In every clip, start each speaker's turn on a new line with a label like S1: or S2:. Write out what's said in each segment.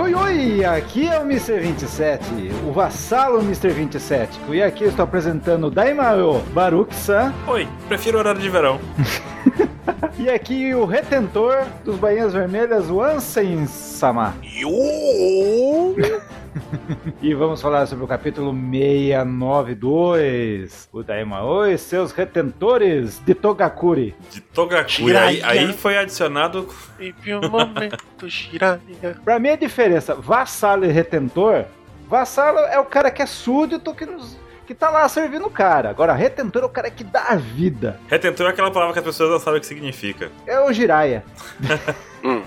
S1: Oi, oi! Aqui é o Mr. 27, o vassalo Mr. 27. E aqui eu estou apresentando o Daimao Baruch-san.
S2: Oi, prefiro horário de verão.
S1: e aqui o retentor dos Bainhas Vermelhas, o Ansem-sama. e vamos falar sobre o capítulo 692. O Daimao e seus retentores de Togakuri.
S2: De Togakuri, aí, aí foi adicionado.
S1: Pra mim a diferença, vassalo e retentor, vassalo é o cara que é súdito, que nos... Que tá lá servindo o cara. Agora, retentor é o cara que dá a vida.
S2: Retentor é aquela palavra que as pessoas não sabem o que significa.
S1: É o Jiraya.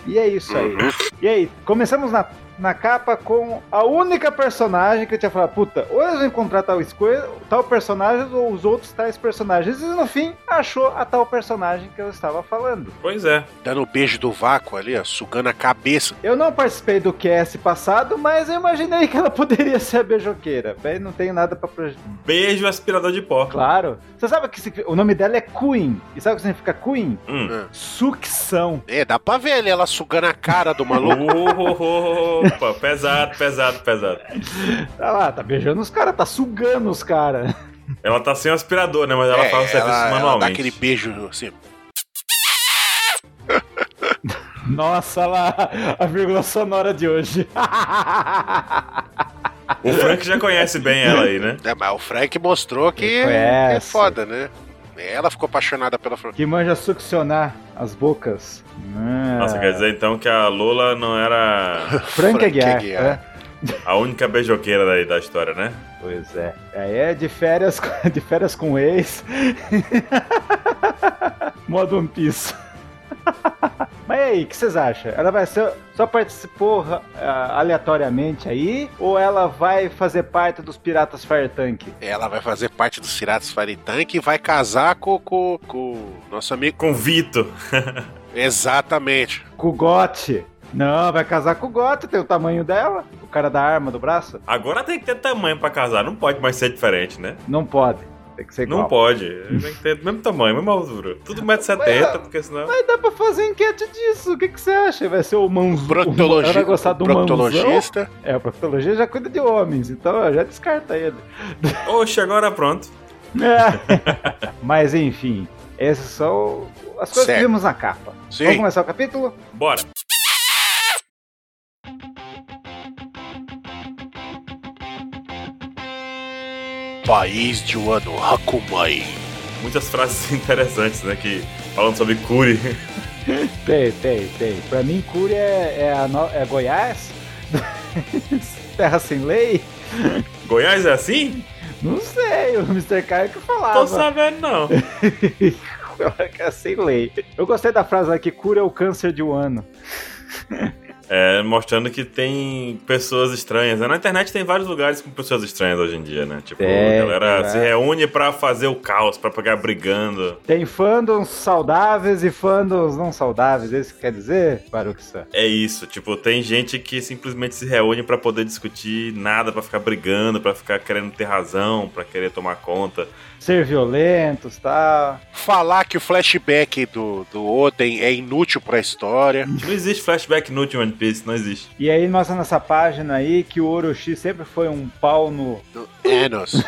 S1: e é isso aí. E aí, começamos na, na capa com a única personagem que eu tinha falado, puta, ou eles vão encontrar tal, escolha, tal personagem ou os outros tais personagens. E no fim, achou a tal personagem que eu estava falando.
S2: Pois é.
S3: Dando o beijo do vácuo ali, ó, sugando a cabeça.
S1: Eu não participei do cast passado, mas eu imaginei que ela poderia ser a beijoqueira. Bem, não tenho nada pra... proje-
S2: Beijo aspirador de pó.
S1: Claro. Você sabe que significa- o nome dela é Queen. E sabe o que significa Queen?
S2: Hum.
S1: Sucção.
S3: É, dá pra ver ali ela sugando a cara do maluco.
S2: Uhum. Opa, pesado, pesado, pesado.
S1: Tá lá, tá beijando os caras, tá sugando os caras.
S2: Ela tá sem o aspirador, né? Mas ela
S3: é,
S2: faz o serviço
S3: ela, ela
S2: manualmente.
S3: dá aquele beijo assim.
S1: Nossa lá, a vírgula sonora de hoje.
S2: O Frank já conhece bem ela aí, né?
S3: É, mas o Frank mostrou que
S1: Ele
S3: é
S1: conhece.
S3: foda, né? Ela ficou apaixonada pela Frank.
S1: que manja succionar as bocas. Ah,
S2: Nossa, quer dizer então que a Lola não era
S1: Frank Aguiar.
S3: Aguiar.
S1: né?
S2: a única beijoqueira da, da história, né?
S1: Pois é. Aí é de férias, com- de férias com o ex. Modo One Piece. Mas e aí, o que vocês acham? Ela vai ser. Só participou ah, aleatoriamente aí? Ou ela vai fazer parte dos Piratas Fire Tank?
S3: Ela vai fazer parte do Ciratos Faritank e vai casar com, com, com nosso amigo.
S2: Com o Vito.
S3: Exatamente.
S1: Com o Gote? Não, vai casar com o Gote, tem o tamanho dela. O cara da arma do braço?
S2: Agora tem que ter tamanho pra casar, não pode mais ser diferente, né?
S1: Não pode. Tem que ser igual.
S2: Não pode. Tem que ter do mesmo tamanho, mesma altura. Tudo 1,70m, porque senão.
S1: Mas dá pra fazer enquete disso. O que, que você acha? Vai ser o mãozão? Ela
S3: Proctologi
S1: vai gostar do mãozão?
S3: proctologista.
S1: É, o proctologista já cuida de homens, então ó, já descarta ele.
S2: Oxe, agora pronto.
S1: É. Mas enfim, essas são as coisas
S3: Certo.
S1: que vimos na capa. Vamos
S3: Sim.
S1: começar o capítulo?
S2: Bora.
S3: País de Wano, Hakumai.
S2: Muitas frases interessantes, né? Que falando sobre Curi.
S1: Tem, tem, tem. Pra mim, Cúria é, é a no- é Goiás? Terra sem lei?
S2: Goiás é assim?
S1: Não sei, o Mr. Caio que falava.
S2: Tô sabendo, não.
S1: Agora que é sem lei. Eu gostei da frase aqui, cura é o câncer de um ano.
S2: É, mostrando que tem pessoas estranhas. né? Na internet tem vários lugares com pessoas estranhas hoje em dia, né? Tipo,
S1: Tem,
S2: a galera
S1: tem né?
S2: se reúne pra fazer o caos, pra pegar brigando.
S1: Tem fandoms saudáveis e fandoms não saudáveis, é isso que quer dizer, Baruch-san?
S2: É isso, tipo, tem gente que simplesmente se reúne pra poder discutir nada, pra ficar brigando, pra ficar querendo ter razão, pra querer tomar conta.
S1: Ser violentos e tal.
S3: Falar que o flashback do, do Oden é inútil pra história.
S2: Tipo, Não existe flashback inútil em One Piece, não existe.
S1: E aí mostra nessa página aí que o Orochi sempre foi um pau no...
S3: Enos.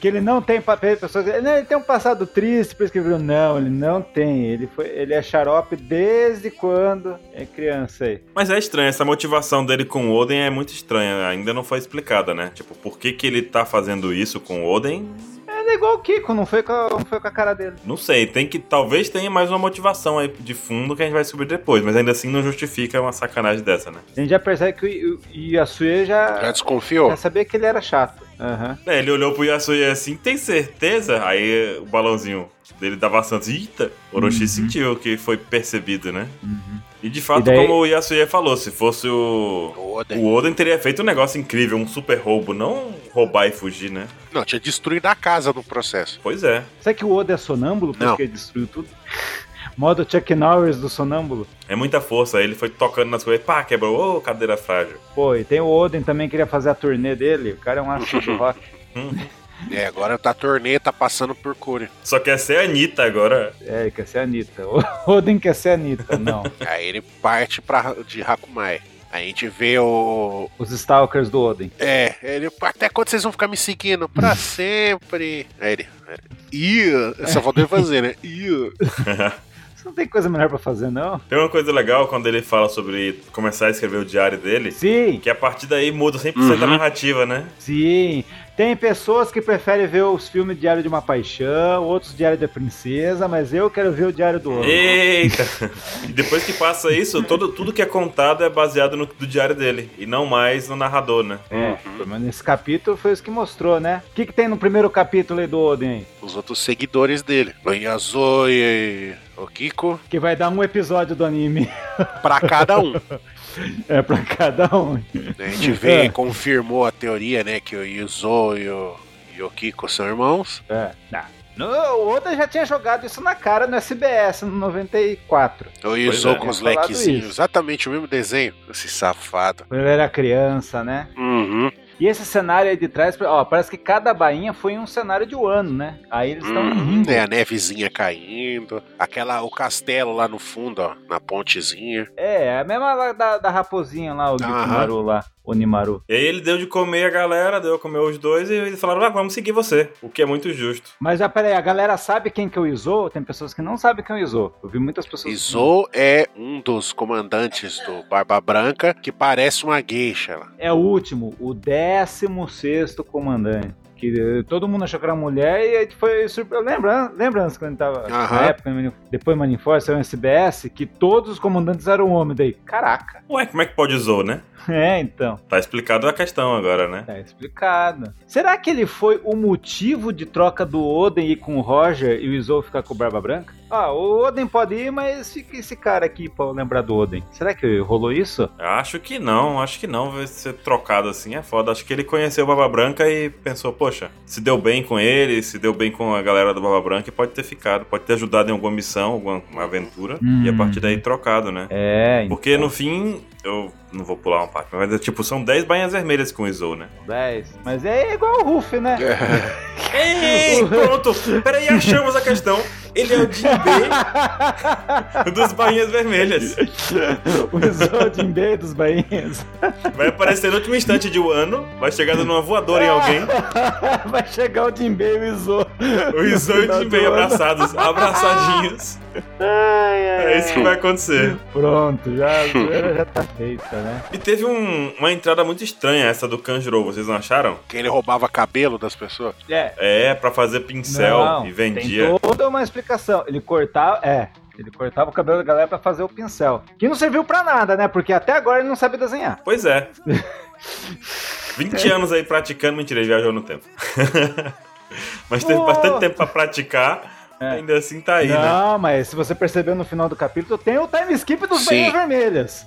S1: Que ele não tem papel, pessoas dizem, "Não, ele tem um passado triste, por isso que ele virou. Não, ele não tem. Ele, foi, ele é xarope desde quando é criança aí.
S2: Mas é estranho, essa motivação dele com o Oden é muito estranha, ainda não foi explicada, né? Tipo, por que, que ele tá fazendo isso com o Oden?
S1: Ele é igual o Kiko, não foi com a, não foi com a cara dele.
S2: Não sei, tem que. Talvez tenha mais uma motivação aí de fundo que a gente vai descobrir depois, mas ainda assim não justifica uma sacanagem dessa, né?
S1: A gente já percebe que o, o Yasue já,
S3: Já desconfiou?
S1: já sabia que ele era chato. Aham.
S2: É, ele olhou pro Yasui assim, tem certeza? Aí o balãozinho dele dava Santos. Eita! Orochi sentiu que foi percebido, né? E de fato,
S1: Uhum. E daí-
S2: como o Yasui falou, se fosse o.
S3: O Oden.
S2: O Oden teria feito um negócio incrível, um super roubo, não roubar e fugir, né?
S3: Não, tinha destruído a casa no processo.
S2: Pois é.
S1: Será que o Oda é sonâmbulo? Por
S3: Não.
S1: isso que ele destruiu tudo? Modo Chuck Norris do sonâmbulo.
S2: É muita força. Ele foi tocando nas coisas, pá, quebrou, ô, cadeira frágil.
S1: Pô, e tem o Oden também que queria fazer a turnê dele. O cara é um astro do rock.
S2: Hum.
S3: É, agora tá a torneia tá passando por Curi.
S2: Só quer ser a Anitta agora.
S1: É, ele quer ser a Anitta. O Odin quer ser a Anitta, não.
S3: Aí ele parte pra, de Hakumai. A gente vê o.
S1: Os Stalkers do Odin.
S3: É, ele. Até quando vocês vão ficar me seguindo? Pra sempre. Aí ele. Ih, eu só faltou ele fazer, né? Ih.
S1: Você não tem coisa melhor pra fazer, não?
S2: Tem uma coisa legal quando ele fala sobre começar a escrever o diário dele.
S1: Sim.
S2: Que a partir daí muda 100% a
S3: Uhum.
S2: narrativa, né?
S1: Sim. Tem pessoas que preferem ver os filmes Diário de uma Paixão, outros Diário da Princesa, mas eu quero ver o Diário do Odin.
S2: Eita! e depois que passa isso, todo, tudo que é contado é baseado no do diário dele. E não mais no narrador, né?
S1: É, pelo menos nesse capítulo foi isso que mostrou, né? O que, que tem no primeiro capítulo aí do Odin?
S3: Os outros seguidores dele. O Yasoi, o Kiko.
S1: Que vai dar um episódio do anime.
S3: Pra cada um.
S1: É pra cada um.
S3: A gente vê,
S1: É.
S3: confirmou a teoria, né? Que o Yuzo e o, e o Kiko são irmãos.
S1: É. Tá. No, o Oda já tinha jogado isso na cara no SBS no 94.
S3: O Yuzo
S2: é,
S3: com os
S1: eu ia falar
S3: lequezinhos.
S1: disso.
S3: Exatamente o mesmo desenho. Esse safado.
S1: Quando ele era criança, né?
S3: Uhum.
S1: E esse cenário aí de trás, ó, parece que cada bainha foi um cenário de um ano, né? Aí eles estão
S3: Uhum, é, a nevezinha caindo. Aquela, o castelo lá no fundo, ó. Na pontezinha.
S1: É, é a mesma lá da, da raposinha lá, o
S3: Aham.
S1: Nimaru lá. O Nimaru.
S2: E aí ele deu de comer a galera, deu a comer os dois e eles falaram, ah, vamos seguir você. O que é muito justo.
S1: Mas já peraí, a galera sabe quem que é o Izo? Tem pessoas que não sabem quem é o Izo. Eu vi muitas pessoas.
S3: Izo é um dos comandantes do Barba Branca, que parece uma gueixa lá.
S1: É o último, o 16 comandante. Que eh, todo mundo achou que era mulher e aí foi surpresa. Lembrança, lembrança quando tava
S3: Aham.
S1: na época, né, depois Maniforce, saiu um SBS, que todos os comandantes eram homens. Daí, caraca.
S2: Ué, como é que pode zoar, né?
S1: É, então.
S2: Tá explicado a questão agora, né?
S1: Tá explicado. Será que ele foi o motivo de troca do Oden ir com o Roger e o Izou ficar com o Barba Branca? Ah, o Oden pode ir, mas fica esse cara aqui pra eu lembrar do Oden. Será que rolou isso?
S2: Acho que não, acho que não. Vai ser trocado assim é foda. Acho que ele conheceu o Baba Branca e pensou, poxa, se deu bem com ele, se deu bem com a galera do Baba Branca, e pode ter ficado, pode ter ajudado em alguma missão, alguma aventura,
S1: Hum.
S2: e a partir daí trocado, né?
S1: É,
S2: Porque no fim, eu não vou pular uma parte, mas é tipo, são 10 bainhas vermelhas com o Izou, né?
S1: 10. Mas é igual o Ruff, né?
S2: Ei, pronto! Peraí, achamos a questão. Ele é o Jinbei dos bainhas vermelhas.
S1: o Izou de Imbé dos Bainhas.
S2: Vai aparecer no último instante de um ano, vai chegar dando uma voadora em alguém.
S1: Vai chegar o Jimbei e o Izou.
S2: O Izou e o Jinbei abraçados, abraçadinhos. É isso que vai acontecer.
S1: Pronto, já, a zoeira já tá feita, né?
S2: E teve um- uma entrada muito estranha essa do Kanjuro, vocês não acharam?
S3: Que ele roubava cabelo das pessoas.
S1: É.
S2: É, pra fazer pincel
S1: Não,
S2: e vendia.
S1: Tem toda uma explicação. Ele cortava. É. Ele cortava o cabelo da galera pra fazer o pincel. Que não serviu pra nada, né? Porque até agora ele não sabe desenhar.
S2: Pois é. 20 anos aí praticando, mentira, ele viajou no tempo. Mas teve
S1: Pô.
S2: bastante tempo pra praticar,
S1: É.
S2: ainda assim tá aí, né?
S1: não, mas se você percebeu no final do capítulo, tem o time skip dos
S3: Sim.
S1: banhas vermelhas.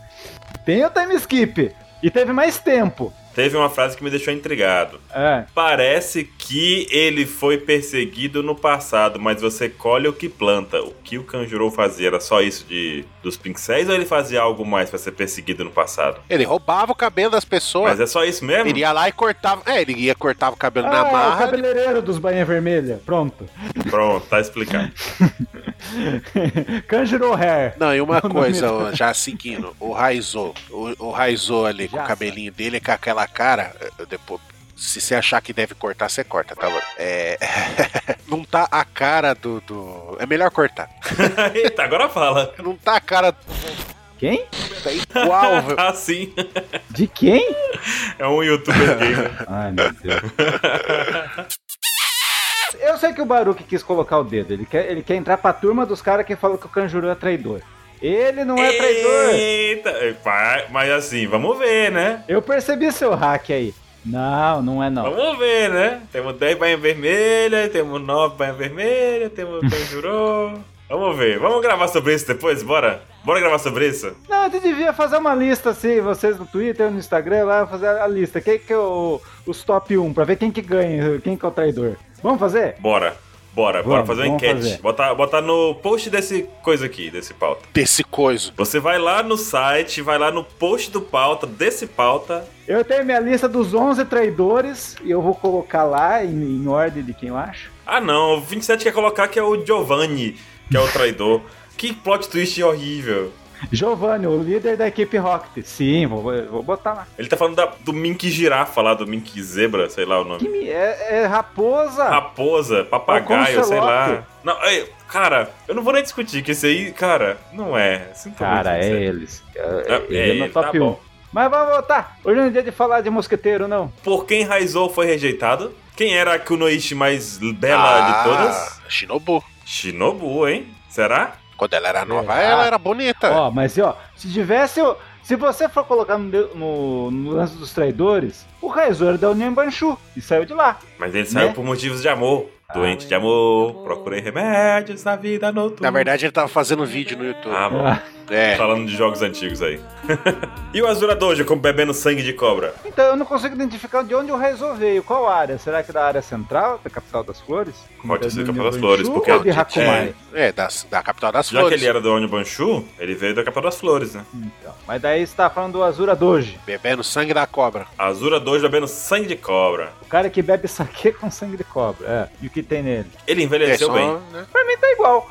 S1: Tem o time skip. E teve mais tempo.
S2: Teve uma frase que me deixou intrigado.
S1: É.
S2: Parece que ele foi perseguido no passado, mas você colhe o que planta. O que o Kanjuro fazia era só isso de dos pincéis ou ele fazia algo mais pra ser perseguido no passado?
S3: Ele roubava o cabelo das pessoas.
S2: Mas é só isso mesmo?
S3: Ele ia lá e cortava. É, ele ia cortava o cabelo na
S1: Ah, o
S3: marra.
S1: cabeleireiro dos banhas vermelhas. Pronto.
S2: Pronto, tá explicado.
S1: Kanjiro Hair.
S3: Não, e uma
S1: Não, não
S3: coisa,
S1: me-
S3: ó, já seguindo, o Raizou. O, o Raizou ali com
S1: Já
S3: o cabelinho dele, com aquela cara, eh, depois. Se você achar que deve cortar, você corta, tá bom? É. não tá a cara do, do. É melhor cortar.
S2: Eita, agora fala.
S3: Não tá a cara.
S1: Quem?
S3: Tá igual, velho.
S2: Ah, sim.
S1: De quem?
S2: É um youtuber gamer.
S1: Ai, meu Deus. Eu sei que o Baruque quis colocar o dedo. Ele quer, ele quer entrar pra turma dos caras que falam que o Kanjuru é traidor. Ele não é traidor.
S2: Eita, vai, mas assim, vamos ver, né?
S1: Eu percebi seu hack aí. Não, não é não.
S2: Vamos ver, né? Temos 10 banhas vermelhas, temos 9 banhas vermelhas, temos Kanjuro. vamos ver, vamos gravar sobre isso depois, bora? Bora gravar sobre isso?
S1: Não, você devia fazer uma lista assim, vocês no Twitter, no Instagram, lá fazer a lista. um, Quem que é o, os top 1 pra ver quem que ganha, quem que é o traidor. Vamos fazer?
S2: Bora. Bora, bora
S1: Vamos,
S2: fazer uma
S1: vamos
S2: enquete.
S1: fazer.
S2: Botar, botar no post desse coisa aqui, desse pauta.
S3: Desse coiso.
S2: Você vai lá no site, vai lá no post do pauta, desse pauta.
S1: Eu tenho minha lista dos 11 traidores e eu vou colocar lá em, em ordem de quem eu acho.
S2: Ah não, o 27 quer colocar que é o Giovanni, que é o traidor. que plot twist horrível.
S1: Giovanni, o líder da equipe Rocket. Sim, vou, vou botar lá.
S2: Ele tá falando da- do Mink Girafa lá, do Mink Zebra, sei lá o nome.
S1: Que me- é, é raposa.
S2: Raposa, papagaio, sei lá. Não, ei, cara, eu não vou nem discutir, que esse aí, cara, não é. Sinto muito dizer.
S1: eles.
S2: É,
S1: ele
S2: é,
S1: no top
S2: tá
S1: 1.
S2: bom.
S1: Mas vamos voltar. Hoje não é dia de falar de mosqueteiro, não.
S2: Por quem Raizou foi rejeitado? Quem era a Kunoichi mais bela de todas?
S3: Ah, Shinobu.
S2: Shinobu, hein? Será?
S3: Quando ela era nova,
S1: Será?
S3: ela era bonita.
S1: Ó, mas ó, se tivesse. ó, Se você for colocar no, de- no, no lance dos traidores, o Raizo era da União Banchu e saiu de lá.
S2: Mas ele saiu
S1: Né?
S2: por motivos de amor. Doente de amor, procurei remédios na vida noturna.
S3: Na verdade, ele tava fazendo vídeo no YouTube.
S2: Ah, bom.
S3: é.
S2: Falando de jogos antigos aí. e o Azura Dojo como bebendo sangue de cobra?
S1: Então eu não consigo identificar de onde o Raizo veio. Qual área? Será que da área central, da capital das flores?
S2: Pode
S1: Da
S2: ser da
S1: União
S2: capital das
S1: Banchu
S2: flores, porque
S1: ou de
S2: é-
S1: Hakumai.
S3: É, da, da capital das
S2: Já
S3: flores.
S2: que ele era do Onibanchu, ele veio da capital das flores, né?
S1: Então, mas daí você tá falando do Azura
S2: é-
S1: Doji,
S3: Bebendo sangue da cobra.
S2: Azura Dojo bebendo sangue de cobra.
S1: o cara que bebe saque com sangue de cobra. É. E o que tem nele?
S2: Ele
S3: É
S2: envelheceu
S3: só,
S2: bem.
S3: né?
S1: Tá igual.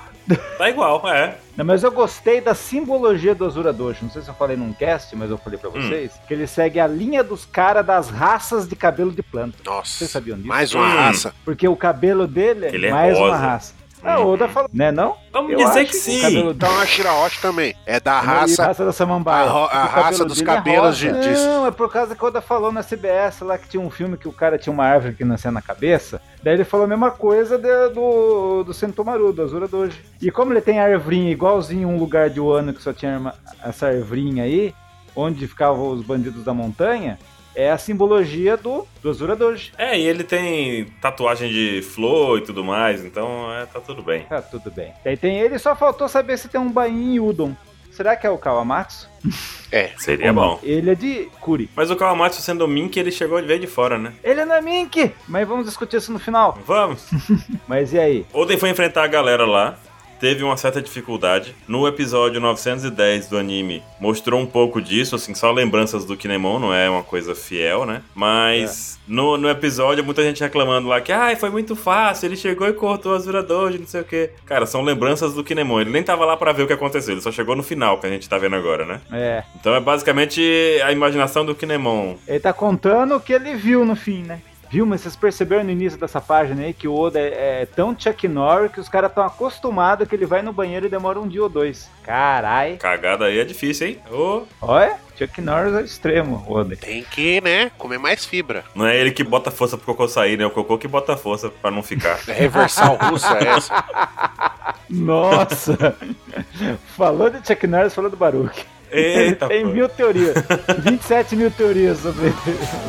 S2: Tá igual, é.
S1: Não, mas eu gostei da simbologia do Azura Dojo. Não sei se eu falei num cast, mas eu falei pra
S2: Hum.
S1: vocês. Que ele segue a linha dos caras das raças de cabelo de planta.
S3: Nossa.
S1: Vocês sabiam disso?
S3: Mais uma
S2: Hum.
S3: raça.
S1: Porque o cabelo dele é
S2: Ele é
S1: mais
S2: rosa. Uhum.
S1: uma raça. A Oda falou, né não?
S2: Vamos
S1: Eu
S2: dizer
S1: acho
S2: que
S1: O
S2: sim.
S1: cabelo dele-
S3: Então a Shiraoshi também. É da
S1: e
S3: raça.
S1: raça da samambaia.
S3: a ro- a
S1: O cabelo
S3: raça dos
S1: dele é
S3: cabelos
S1: rosa.
S3: de- de-
S1: Não, é por causa que o Oda falou na CBS lá que tinha um filme que o cara tinha uma árvore que nascia na cabeça. Daí ele falou a mesma coisa de- do, do Sentomaru, do Azura Doji. é E como ele tem arvrinha igualzinho um lugar de Wano que só tinha arma- essa arvrinha aí, onde ficavam os bandidos da montanha, é a simbologia do, do Azura Doji.
S2: É, e ele tem tatuagem de flor e tudo mais, então é, tá tudo bem.
S1: Tá tudo bem. Daí tem ele, só faltou saber se tem um Bain e Udon. Será que é o Kawamatsu?
S2: Seria
S1: Ou não?
S2: bom.
S1: Ele é de Kuri.
S2: Mas o Kawamatsu sendo o Mink, ele chegou e veio de fora, né?
S1: Ele é na Mink! Mas vamos discutir isso no final.
S2: Vamos.
S1: Mas e aí?
S2: Ontem foi enfrentar a galera lá. Teve uma certa dificuldade. No episódio 910 do anime, mostrou um pouco disso, assim, só lembranças do Kinemon, não é uma coisa fiel, né? Mas no, no episódio, muita gente reclamando lá que, ai, foi muito fácil, ele chegou e cortou as viradoras, não sei o quê. Cara, são lembranças do Kinemon. Ele nem tava lá pra ver o que aconteceu, ele só chegou no final, que a gente tá vendo agora, né?
S1: É,
S2: Então é basicamente a imaginação do Kinemon.
S1: ele tá contando o que ele viu no fim, né? Viu, mas vocês perceberam no início dessa página aí que o Oda é, é tão Chuck Norris que os caras tão acostumados que ele vai no banheiro e demora um dia ou dois. Carai.
S2: Cagada aí é difícil, hein? Ô,
S1: Olha, Chuck Norris ao extremo, Oda.
S3: Tem que, né? Comer mais fibra.
S2: não é ele que bota força pro cocô sair, né? É o cocô que bota força pra não ficar.
S3: É reversal russa é essa.
S1: Nossa! falou de Chuck Norris, falou do Baruch.
S2: Eita,
S1: Tem
S2: pô.
S1: mil teorias. 27 mil teorias sobre,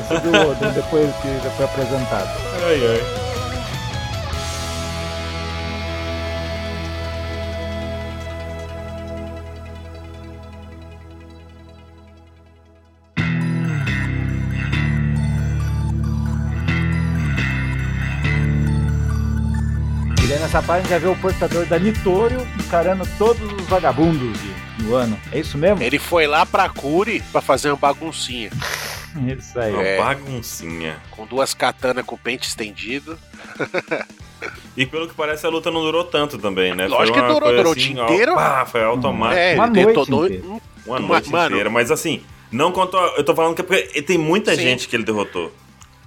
S1: sobre o Oda depois que já foi apresentado.
S2: Ai, ai.
S1: E daí nessa página já vê o portador da Nitorio encarando todos os vagabundos de- do ano. É isso mesmo?
S3: Ele foi lá pra Curi pra fazer uma baguncinha.
S1: Isso aí.
S2: Uma
S3: É.
S2: baguncinha.
S3: Com duas katanas com o pente estendido.
S2: E pelo que parece, a luta não durou tanto também, né?
S3: Lógico que
S2: uma
S3: durou,
S2: coisa
S3: durou o dia
S2: ó,
S3: inteiro.
S2: pá, foi automático.
S3: É,
S1: Uma
S3: ele
S1: noite
S3: detonou
S1: inteira.
S3: um
S2: Uma
S3: Ma-
S2: noite
S3: mano.
S2: inteira. Mas assim, não contou. Eu tô falando que é porque tem muita
S3: Sim.
S2: gente que ele derrotou.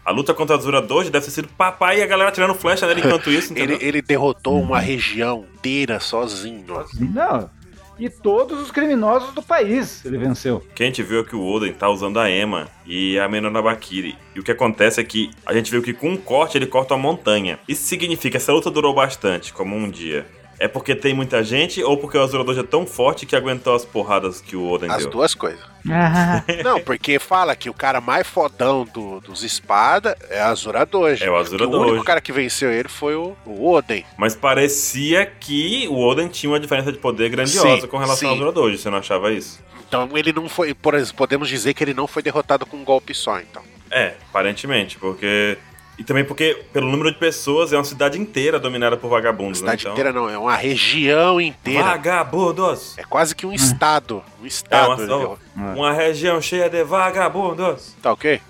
S2: A luta contra a Azura 2 deve ter sido papai e a galera tirando flecha nele enquanto isso, entendeu?
S3: Ele, ele derrotou
S1: Uhum.
S3: uma região inteira sozinho. assim,
S1: Não. E todos os criminosos do país ele venceu.
S2: O que a gente viu é que o Oden tá usando a Ema e a Menona Bakiri. E o que acontece é que a gente viu que com um corte ele corta uma montanha. Isso significa que essa luta durou bastante, como um dia. É porque tem muita gente ou porque o Azurador é tão forte que aguentou as porradas que o Oden
S3: As
S2: deu?
S3: duas coisas.
S1: Ah,
S3: Não, porque fala que o cara mais fodão do- dos espada é a Azura Doji.
S2: É o
S3: Que
S2: Azura
S3: o único
S2: Dojo.
S3: cara que venceu ele foi o, o Oden.
S2: Mas parecia que o Oden tinha uma diferença de poder grandiosa
S3: Sim,
S2: com relação ao
S3: sim.
S2: Azurador. Você não achava isso?
S3: Então ele não foi. Por exemplo, podemos dizer que ele não foi derrotado com um golpe só, então.
S2: É, aparentemente, porque E também porque, pelo número de pessoas, é uma cidade inteira dominada por vagabundos.
S3: Cidade
S2: né? então...
S3: inteira não, é uma região inteira.
S2: Vagabundos!
S3: É quase que um estado. Um estado.
S2: É uma-
S3: entendeu?
S2: Uma região cheia de vagabundos.
S3: Tá ok?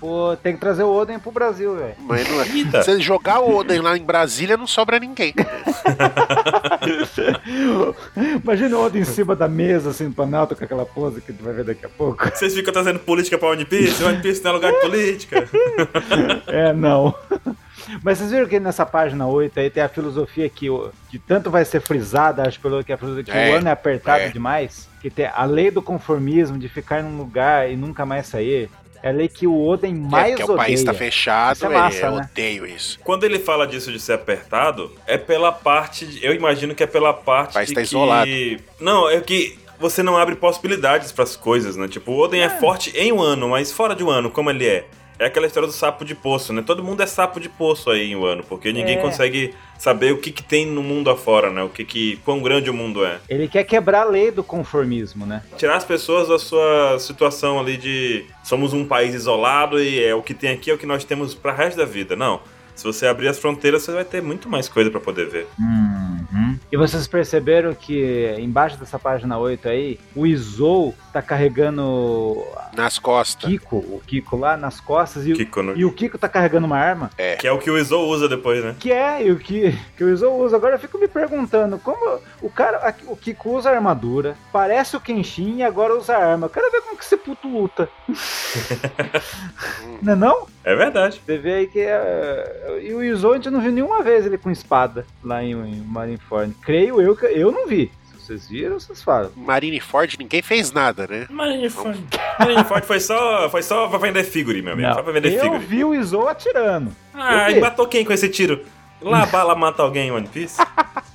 S1: Pô, tem que trazer o Oden pro Brasil, velho.
S3: Mas não é.
S2: Eita.
S3: Se você jogar o Oden lá em Brasília, não sobra ninguém. É,
S1: Imagina o Oden em cima da mesa, assim, no Planalto, com aquela pose que tu vai ver daqui a pouco.
S2: Vocês ficam trazendo política pra One Piece? One Piece não é lugar de política.
S1: É, não. Mas vocês viram que nessa página 8 aí tem a filosofia que, o- que tanto vai ser frisada, acho pelo que a filosofia que
S3: É,
S1: o ano é apertado
S3: é.
S1: demais, que tem a lei do conformismo, de ficar num lugar e nunca mais sair, é a lei que o Oden mais
S3: é porque o
S1: odeia.
S3: país tá
S1: Isso
S3: fechado,
S1: é massa,
S3: é, eu
S1: né?
S3: odeio isso.
S2: Quando ele fala disso de ser apertado, é pela parte. de- eu imagino que é pela parte.
S3: Mas
S2: de
S3: tá
S2: que-
S3: isolado.
S2: Não, é que você não abre possibilidades pras coisas, né? Tipo, o Oden é. forte em um ano, mas fora de um ano, como ele é? É aquela história do sapo de poço, né? Todo mundo é sapo de poço aí em um ano, porque ninguém
S1: É.
S2: consegue saber o que, que tem no mundo afora, né? O que, que. quão grande o mundo é.
S1: Ele quer quebrar a lei do conformismo, né?
S2: Tirar as pessoas da sua situação ali de somos um país isolado e é o que tem aqui é o que nós temos para resto da vida. Não. Se você abrir as fronteiras, você vai ter muito mais coisa para poder ver.
S3: Uhum.
S1: E vocês perceberam que embaixo dessa página 8 aí, o Izou tá carregando
S3: Nas costas.
S1: Kiko, o Kiko lá nas costas, e, o-
S2: Kiko, né?
S1: e o Kiko tá carregando uma arma.
S2: Que é o que o Izou usa depois, né?
S1: Que é, e o que, que o Izou usa. Agora eu fico me perguntando, como o cara, a- o Kiko usa armadura, parece o Kenshin e agora usa arma. Eu quero ver como que esse puto luta. não é não?
S2: É verdade.
S1: Você vê aí que é... E o Izou a gente não viu nenhuma vez ele com espada lá em, em Marineford. Creio eu que... Eu não vi. Se vocês viram, vocês falam.
S3: Marineford, ninguém fez nada, né?
S2: Marineford. Marineford foi só, foi só pra vender figure, meu amigo. Só pra vender
S1: eu
S2: figure.
S1: vi o Izou atirando.
S2: Ah,
S1: vi.
S2: e matou quem com esse tiro? Lá a bala mata alguém em One Piece?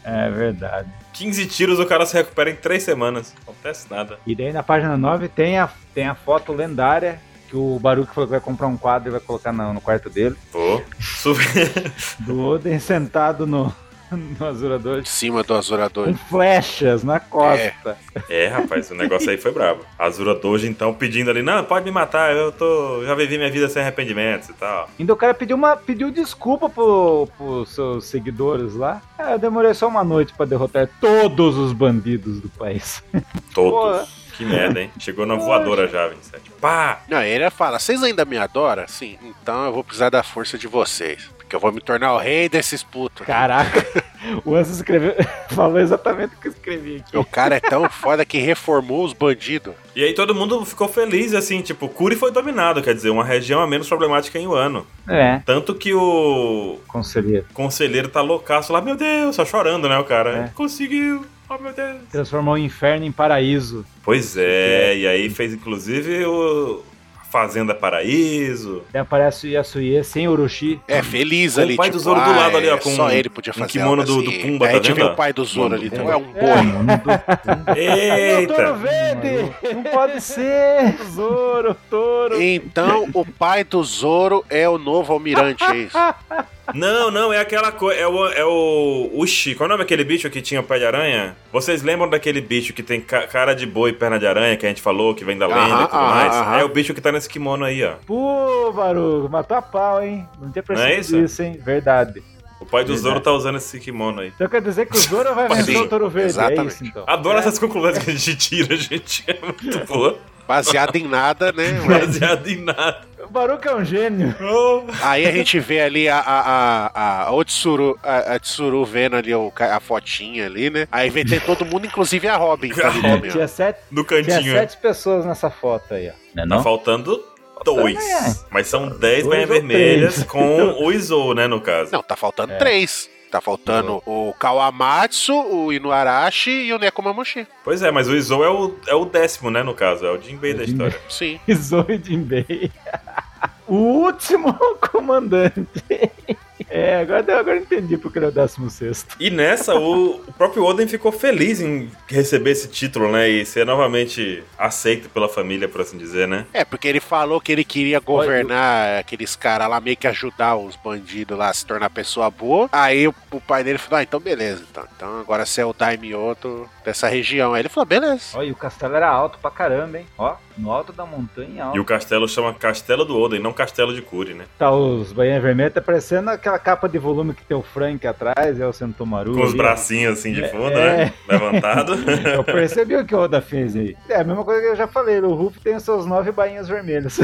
S1: É verdade.
S2: 15 tiros o cara se recupera em 3 semanas. Não acontece nada.
S1: E daí na página 9 tem a, tem a foto lendária que o Baruch falou que vai comprar um quadro e vai colocar no, no quarto dele.
S2: Pô. Su-
S1: Do Oden sentado no, no
S3: Em
S1: azurador
S3: cima do
S1: com
S3: Azurador.
S1: flechas na costa.
S2: é, rapaz, o negócio aí foi brabo. A Azura Doji, então, pedindo ali, não, pode me matar, eu tô. Já vivi minha vida sem arrependimentos e tal.
S1: Ainda o cara pediu, uma, pediu desculpa pro, pros seus seguidores lá. Ah, eu demorei só uma noite pra derrotar todos os bandidos do país.
S2: Todos. Que merda, hein? Chegou na voadora já, 27. Pá!
S3: Não, ele fala, vocês ainda me adoram? Sim. Então eu vou precisar da força de vocês. Porque eu vou me tornar o rei desses putos.
S1: Caraca, o Anson escreveu, falou exatamente o que eu escrevi aqui.
S3: O cara é tão foda que reformou os bandidos.
S2: E aí todo mundo ficou feliz, assim, tipo, Curi foi dominado, quer dizer, uma região a menos problemática em um ano.
S1: É,
S2: Tanto que o
S1: conselheiro.
S2: conselheiro tá loucaço lá, meu Deus, só chorando, né, o cara.
S1: É.
S2: Conseguiu, oh meu Deus.
S1: Transformou o inferno em paraíso.
S2: Pois é, e aí fez inclusive o Fazenda Paraíso.
S1: Daí aparece o Yasuye sem Orochi.
S3: É, feliz
S2: Com o
S3: ali.
S2: pai
S3: tipo,
S2: do Zoro do lado ali, ó,
S3: é,
S2: com
S3: Só ele podia
S2: um
S3: fazer
S2: kimono
S3: algo
S2: do- do
S3: assim.
S2: Pumba,
S3: Aí
S2: tá
S3: a gente vê
S2: vendo, ó?
S3: o pai do Zoro ali. Então é um boi.
S1: Meu touro
S2: Eita!
S1: É, verde! Não pode ser! Zoro, touro!
S3: Então o pai do Zoro é o novo almirante, é isso?
S2: Não, não, é aquela coisa. É o, é o. Ushi. Qual é o nome daquele bicho que tinha o pé de aranha? Vocês lembram daquele bicho que tem ca- cara de boi e perna de aranha que a gente falou, que vem da lenda
S3: Aham,
S2: e tudo
S3: aham,
S2: mais?
S3: aham.
S2: É o bicho que tá nesse kimono aí, ó.
S1: Pô, Baruco, matou a pau, hein? Não tinha
S2: Não é
S1: percebido
S2: isso?
S1: isso, hein? Verdade.
S2: O pai do
S1: Verdade.
S2: Zoro tá usando esse kimono aí.
S1: Então quer dizer que o Zoro vai vencer
S3: Sim,
S1: o Touro Verde. É
S3: exatamente.
S1: isso, então.
S2: Adoro essas conclusões que a gente tira, gente. É muito boa.
S3: Baseado em nada, né?
S2: Baseado em nada.
S1: O Baruco é um gênio.
S2: Oh.
S3: Aí a gente vê ali a, a, a, a Otsuru, a, a Tsuru vendo ali o ca- a fotinha ali, né? Aí vem tem todo mundo, inclusive a Robin. Tá ali também, ó.
S1: Tinha sete,
S2: No
S1: tinha
S2: cantinho. né?
S1: sete pessoas nessa foto aí, ó. Não é
S2: Tá faltando dois. Mas são dez
S1: Dois
S2: banhas
S1: ou
S2: vermelhas
S1: três.
S2: com o Izou, né, no caso.
S3: Não, tá faltando três. Tá faltando o Kawamatsu, o Inuarashi e o Nekomamushi.
S2: Pois é, mas o Izou é o, é o décimo, né, no caso. É o Jinbei
S1: É o
S2: da
S1: Jinbei.
S2: história.
S3: Sim.
S1: Zoe Jinbei. O último comandante. É, É, agora, agora eu entendi porque ele é o 16.
S2: E nessa, o, o próprio Oden ficou feliz em receber esse título, né? E ser novamente aceito pela família, por assim dizer, né?
S3: É, porque ele falou que ele queria governar aqueles caras lá, meio que ajudar os bandidos lá a se tornar pessoa boa. Aí o, o pai dele falou: ah, então beleza, então, então agora você é o Daimyoto dessa região. Aí ele falou: beleza.
S4: Olha, e o castelo era alto pra caramba, hein? Ó, no alto da montanha alto.
S2: E o castelo chama Castelo do Oden, não Castelo de Curi, né?
S1: Tá, os banheiros vermelhos tá parecendo aquela capa de volume que tem o Frank atrás, é o Sentomaru.
S2: Com os
S1: ali.
S2: bracinhos assim de fundo,
S1: É.
S2: né? Levantado.
S1: Eu percebi o que o Oda fez aí. É a mesma coisa que eu já falei, o Ruff tem os seus nove bainhas vermelhas.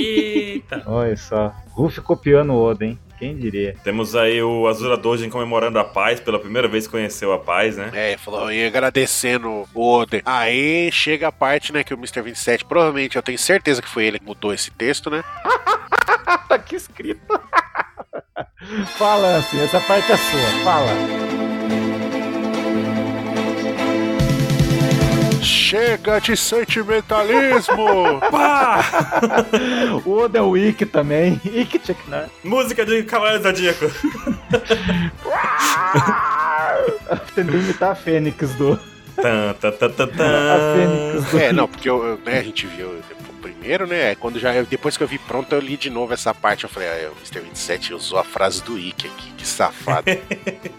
S2: Eita.
S1: Olha só, Ruff copiando o Oda, hein? Quem diria?
S2: Temos aí o Azura Dojin comemorando a paz, pela primeira vez que conheceu a paz, né?
S3: É, ele falou, e agradecendo o Oden. Aí chega a parte, né, que o Mr. 27, provavelmente, eu tenho certeza que foi ele que mudou esse texto, né?
S1: tá aqui escrito. Fala, assim, essa parte é sua, fala.
S3: Chega de sentimentalismo!
S2: Pá!
S1: O Oda é o Ikki também, Ikki Cheknar.
S2: Música de Cavaleiro Zodíaco.
S1: Tentei imitar a Fênix do...
S2: Tan, tan, tan, tan,
S1: A
S2: tan.
S1: Fênix do...
S3: é, não, porque eu, eu, né, a gente viu depois- primeiro, né? Quando já, eu- depois que eu vi pronto, eu li de novo essa parte. Eu falei, ah, o Mr. 27 usou a frase do Ike aqui, que safado.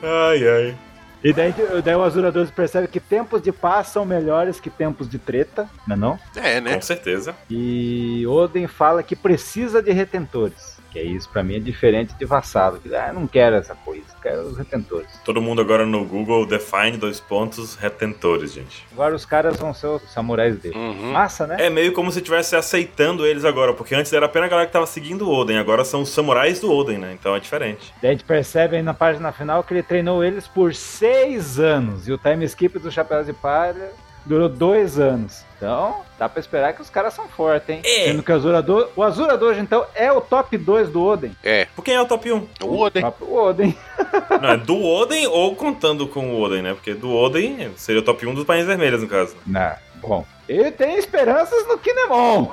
S2: Ai, ai.
S1: E daí, daí o Azura 12 percebe que tempos de paz são melhores que tempos de treta, não é não?
S3: é, né?
S2: Com certeza.
S1: E Oden fala que precisa de retentores. Que é isso, pra mim é diferente de vassalo. Que, ah, eu não quero essa coisa, eu quero os retentores.
S2: Todo mundo agora no Google define dois pontos retentores, gente.
S1: Agora os caras vão ser os samurais dele.
S3: Uhum.
S1: Massa, né?
S2: É meio como se estivesse aceitando eles agora, porque antes era apenas a galera que tava seguindo o Oden, agora são os samurais do Oden, né? Então é diferente.
S1: Daí a gente percebe aí na página final que ele treinou eles por seis anos. E o time skip do Chapéu de Palha durou dois anos. Então, dá pra esperar que os caras são fortes, hein?
S2: É.
S1: Sendo que o Azura Do- o Azura Dojo, então, é o top 2 do Oden.
S3: É,
S2: Por quem é o top 1?
S3: o Oden.
S1: Top o Oden.
S2: Não, é do Oden ou contando com o Oden, né? Porque do Oden seria o top 1 dos Países Vermelhos, no caso.
S1: Não, bom. Ele tem esperanças no Kinemon.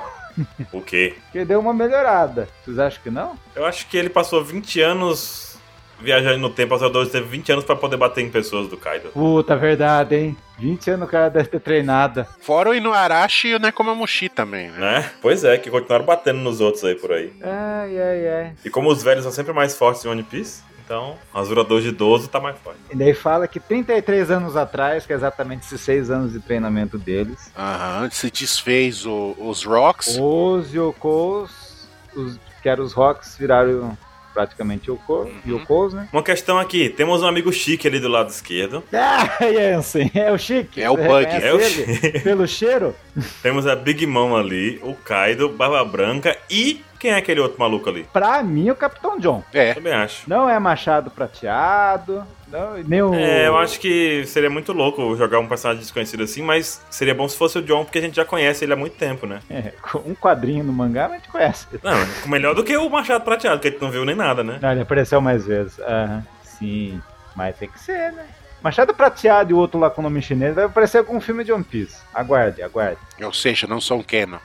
S2: O quê?
S1: que deu uma melhorada. Vocês acham que não?
S2: Eu acho que ele passou 20 anos viajando no tempo, Azura Dojo teve 20 anos pra poder bater em pessoas do Kaido.
S1: Puta, verdade, hein? 20 anos o cara deve ter treinado.
S3: Fora o Inuarashi e o Nekomamushi também, né?
S2: Né? Pois é, que continuaram batendo nos outros aí por aí.
S1: Ai, ai, ai.
S2: E como os velhos são sempre mais fortes em One Piece, então Azura Dojo idoso tá mais forte.
S1: E daí fala que 33 anos atrás, que é exatamente esses 6 anos de treinamento deles,
S3: Aham, se desfez o- os Rocks.
S1: os Yokos, os, que eram os Rocks, viraram praticamente Yoko,
S2: Uhum.
S1: Yokos, né?
S2: Uma questão aqui, temos um amigo chique ali do lado esquerdo.
S1: Ah, Jensen, é o chique.
S3: É o
S1: Você
S3: Bug.
S1: reconhece
S2: É o
S1: ele Pelo cheiro?
S2: Temos a Big Mom ali, o Kaido, Barba Branca e quem é aquele outro maluco ali?
S1: Pra mim, o Capitão John.
S3: É,
S2: Também acho.
S1: Não é Machado Prateado, não, nem o...
S2: É, eu acho que seria muito louco jogar um personagem desconhecido assim, mas seria bom se fosse o John, porque a gente já conhece ele há muito tempo, né?
S1: É, um quadrinho no mangá, mas a gente conhece.
S2: Não, melhor do que o Machado Prateado, que a gente não viu nem nada, né?
S1: Não, ele apareceu mais vezes. Aham, sim. Mas tem que ser, né? Machado Prateado e o outro lá com o nome chinês vai aparecer com um filme de One Piece. Aguarde, aguarde.
S3: ou seja, não são canon.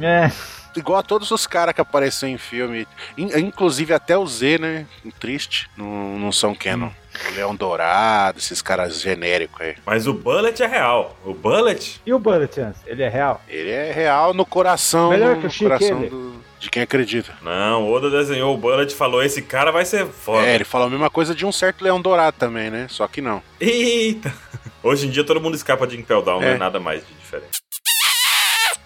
S1: É,
S3: Igual a todos os caras que apareceu em filme, in- inclusive até o Z, né? Triste, não, não são canon. O Leão Dourado, esses caras genéricos aí.
S2: Mas o Bullet é real. O Bullet?
S1: e o Bullet Chance? Ele é real?
S3: Ele é real no coração,
S1: Melhor que o
S3: no
S1: Chique,
S3: coração
S1: ele.
S3: do- de quem acredita.
S2: Não, o Oda desenhou o Bullet, falou: esse cara vai ser foda.
S3: É, ele falou a mesma coisa de um certo Leão Dourado também, né? Só que não.
S2: Eita! Hoje em dia todo mundo escapa de Impel Down, não
S3: É.
S2: é nada mais de diferente.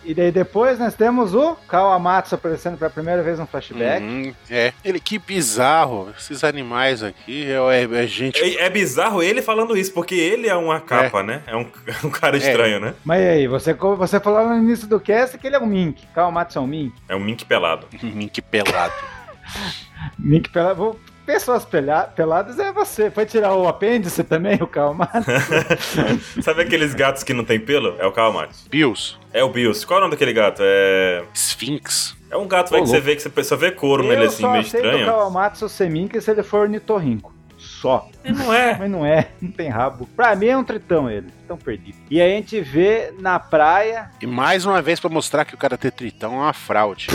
S1: E daí depois nós temos o Kawamatsu aparecendo pela primeira vez no flashback.
S3: Uhum, é. Ele, que bizarro. Esses animais aqui é, é gente.
S2: É, é bizarro ele falando isso, porque ele é uma capa, né? É um, é um cara estranho, né?
S1: Mas e aí, você, como você falou no início do cast que ele é um Mink. Kawamatsu é um Mink.
S2: É um mink pelado.
S3: que pelado.
S1: Mink pelado. Pessoas pelha- peladas é você. Foi tirar o apêndice também, o Kawamatsu?
S2: Sabe aqueles gatos que não tem pelo? É o Kawamatsu.
S3: Bills.
S2: É o Bills. Qual é o nome daquele gato? É.
S3: Sphinx.
S2: É um gato velho, que
S1: louco.
S2: você vê que você só vê couro nele
S1: Eu
S2: assim,
S1: só
S2: meio
S1: aceito o
S2: estranho.
S1: Kawamatsu ser Mink se ele for Nitorrinco. Só.
S2: Não é.
S1: Mas não é, não tem rabo. Pra mim é um tritão ele, tão perdido. E a gente vê na praia.
S3: E mais uma vez pra mostrar que o cara ter tritão é uma fraude.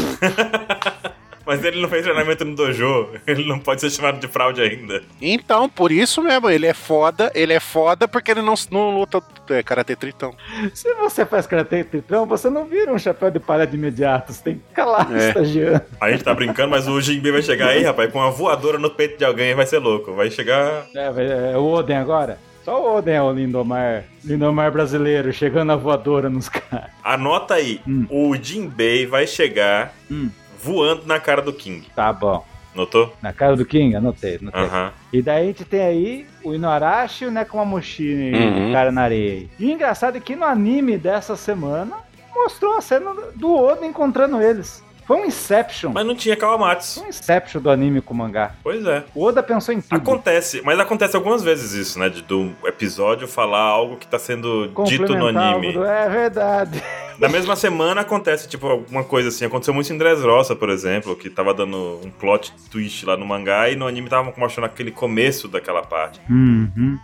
S2: Mas ele não fez treinamento no dojo. Ele não pode ser chamado de fraude ainda.
S3: Então, por isso mesmo, ele é foda. Ele é foda porque ele não, não luta é, karatê tritão.
S1: Se você faz karatê tritão, você não vira um chapéu de palha de imediato. Você tem que calar é. estagiando.
S2: A gente tá brincando, mas o Jinbei vai chegar aí, rapaz, com uma voadora no peito de alguém vai ser louco. Vai chegar.
S1: É, é o Oden agora? Só o Oden é o Lindomar. Lindomar brasileiro, chegando a voadora nos caras.
S2: Anota aí.
S1: Hum.
S2: O Jinbei vai chegar
S1: Hum,
S2: voando na cara do King.
S1: tá bom.
S2: Notou?
S1: Na cara do King, anotei, anotei.
S2: Aham.
S1: E daí a gente tem aí o Inuarashi e o Nekomamushi
S3: Uhum.
S1: cara na areia. aí. E engraçado é que no anime dessa semana mostrou a cena do Oda encontrando eles. Foi um Inception.
S2: Mas não tinha Kawamatsu.
S1: Foi um Inception do anime com o mangá.
S2: Pois é.
S1: O Oda pensou em tudo.
S2: Acontece, mas acontece algumas vezes isso, né? De, do episódio falar algo que tá sendo dito no
S1: Complementar
S2: anime.
S1: algo do- É verdade.
S2: Na mesma semana acontece, tipo, alguma coisa assim. Aconteceu muito em Dressrosa, por exemplo, que tava dando um plot twist lá no mangá e no anime tava mostrando aquele começo daquela parte.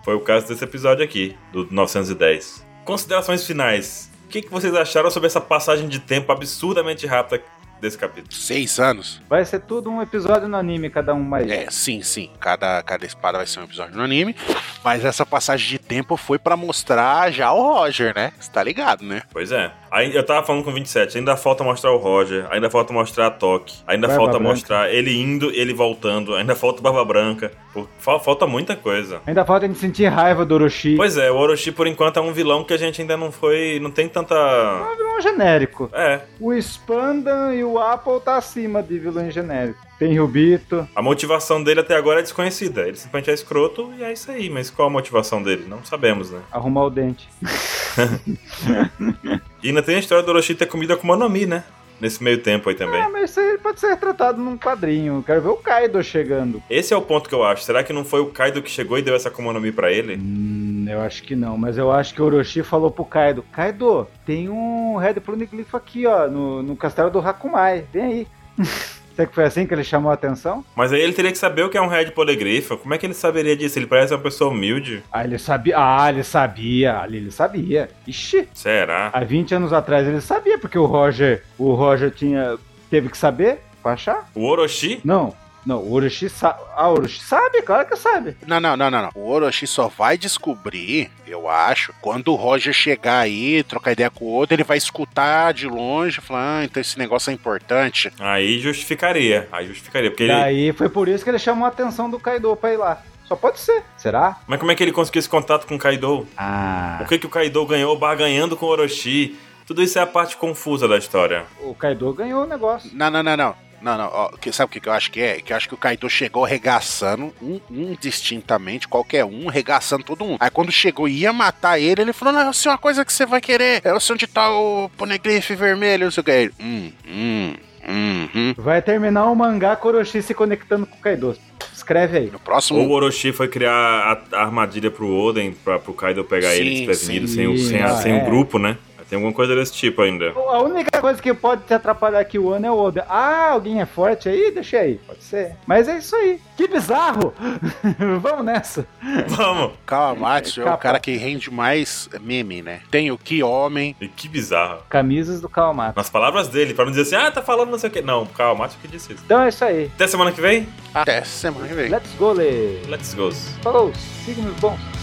S2: Foi o caso desse episódio aqui, do 910. Considerações finais. O que, que vocês acharam sobre essa passagem de tempo absurdamente rápida desse capítulo?
S3: Seis anos?
S1: Vai ser tudo um episódio no anime, cada um mais.
S3: É, sim, sim. Cada, cada espada vai ser um episódio no anime. Mas essa passagem de tempo foi pra mostrar já o Roger, né? Você tá ligado, né?
S2: Pois é. Aí, eu tava falando com o 27, ainda falta mostrar o Roger, ainda falta mostrar a Toque, ainda
S1: Barba
S2: falta
S1: Branca.
S2: mostrar ele indo, ele voltando, ainda falta o Barba Branca. Pô, fal- Falta muita coisa.
S1: Ainda falta a gente sentir raiva do Orochi.
S2: Pois é, o Orochi por enquanto é um vilão que a gente ainda não foi. Não tem tanta.
S1: Vilão um genérico.
S2: É,
S1: O Spandan e o Apple tá acima de vilão genérico. Tem Rubito.
S2: a motivação dele até agora é desconhecida. Ele simplesmente é escroto e é isso aí, mas qual a motivação dele? Não sabemos, né?
S1: Arrumar o dente.
S2: E ainda tem a história do Orochi ter comido a Akuma no Mi, né? Nesse meio tempo aí também.
S1: Ah, mas isso aí pode ser retratado num quadrinho. Quero ver o Kaido chegando.
S2: Esse é o ponto que eu acho. Será que não foi o Kaido que chegou e deu essa Akuma no Mi pra ele?
S1: Hum, eu acho que não, mas eu acho que o Orochi falou pro Kaido: Kaido, tem um Red Pluniglifo aqui, ó, no, no castelo do Hakumai. Vem aí. Será que foi assim que ele chamou a atenção?
S2: Mas aí ele teria que saber o que é um Red Polegrifa. Como é que ele saberia disso? Ele parece uma pessoa humilde.
S1: Ah, ele sabia. Ah, ele sabia. Ali ele sabia. Ixi,
S2: Será?
S1: há 20 anos atrás ele sabia, porque o Roger. O Roger tinha. teve que saber pra achar?
S2: O Orochi?
S1: Não. Não, o Orochi sabe. Ah, o Orochi sabe, claro que sabe.
S3: Não, não, não, não, não. O Orochi só vai descobrir, eu acho, quando o Roger chegar aí, trocar ideia com o outro, ele vai escutar de longe, falar, ah, então esse negócio é importante.
S2: Aí justificaria. Aí justificaria. Porque ele...
S1: Daí foi por isso que ele chamou a atenção do Kaido pra ir lá. Só pode ser. Será?
S2: Mas como é que ele conseguiu esse contato com o Kaido?
S1: Ah.
S2: O que, que o Kaido ganhou barra ganhando com o Orochi? Tudo isso é a parte confusa da história.
S1: O Kaido ganhou o negócio.
S3: Não, não, não, não. Não, não, ó, que, sabe o que, que eu acho que é? Que eu acho que o Kaido chegou regaçando, um, um distintamente, qualquer um, regaçando todo mundo. Aí quando chegou e ia matar ele, ele falou: Não, eu sei uma coisa que você vai querer. Eu sei onde tá o ponegrife vermelho, não sei o que. Aí ele, Hum, hum, uhum.
S1: Vai terminar o mangá com o Orochi se conectando com o Kaido. Escreve aí.
S3: No próximo
S2: Ou o Orochi foi criar a, a armadilha pro Oden, pra, pro Kaido pegar
S3: Sim,
S2: ele desprevenido,
S1: sim.
S2: sem, o, sem, a-
S1: Ah,
S2: sem o
S1: é.
S2: grupo, né? Tem alguma coisa desse tipo ainda.
S1: A única coisa que pode te atrapalhar aqui o ano é o Oda. Ah, alguém é forte aí? Deixa aí. Pode ser. Mas é isso aí. Que bizarro! Vamos nessa.
S2: Vamos!
S3: Kawamatsu é o
S1: Capa.
S3: cara que rende mais meme, né? Tem o Que Homem.
S2: E que bizarro.
S1: Camisas do Kaomato.
S2: Nas palavras dele, pra não dizer assim, ah, tá falando não sei o quê. Não, calma, acho que disse isso.
S1: Então é isso aí.
S2: Até semana que vem,
S3: Até semana que vem.
S1: Let's go, Lê.
S2: let's go.
S1: Falou, signos bons.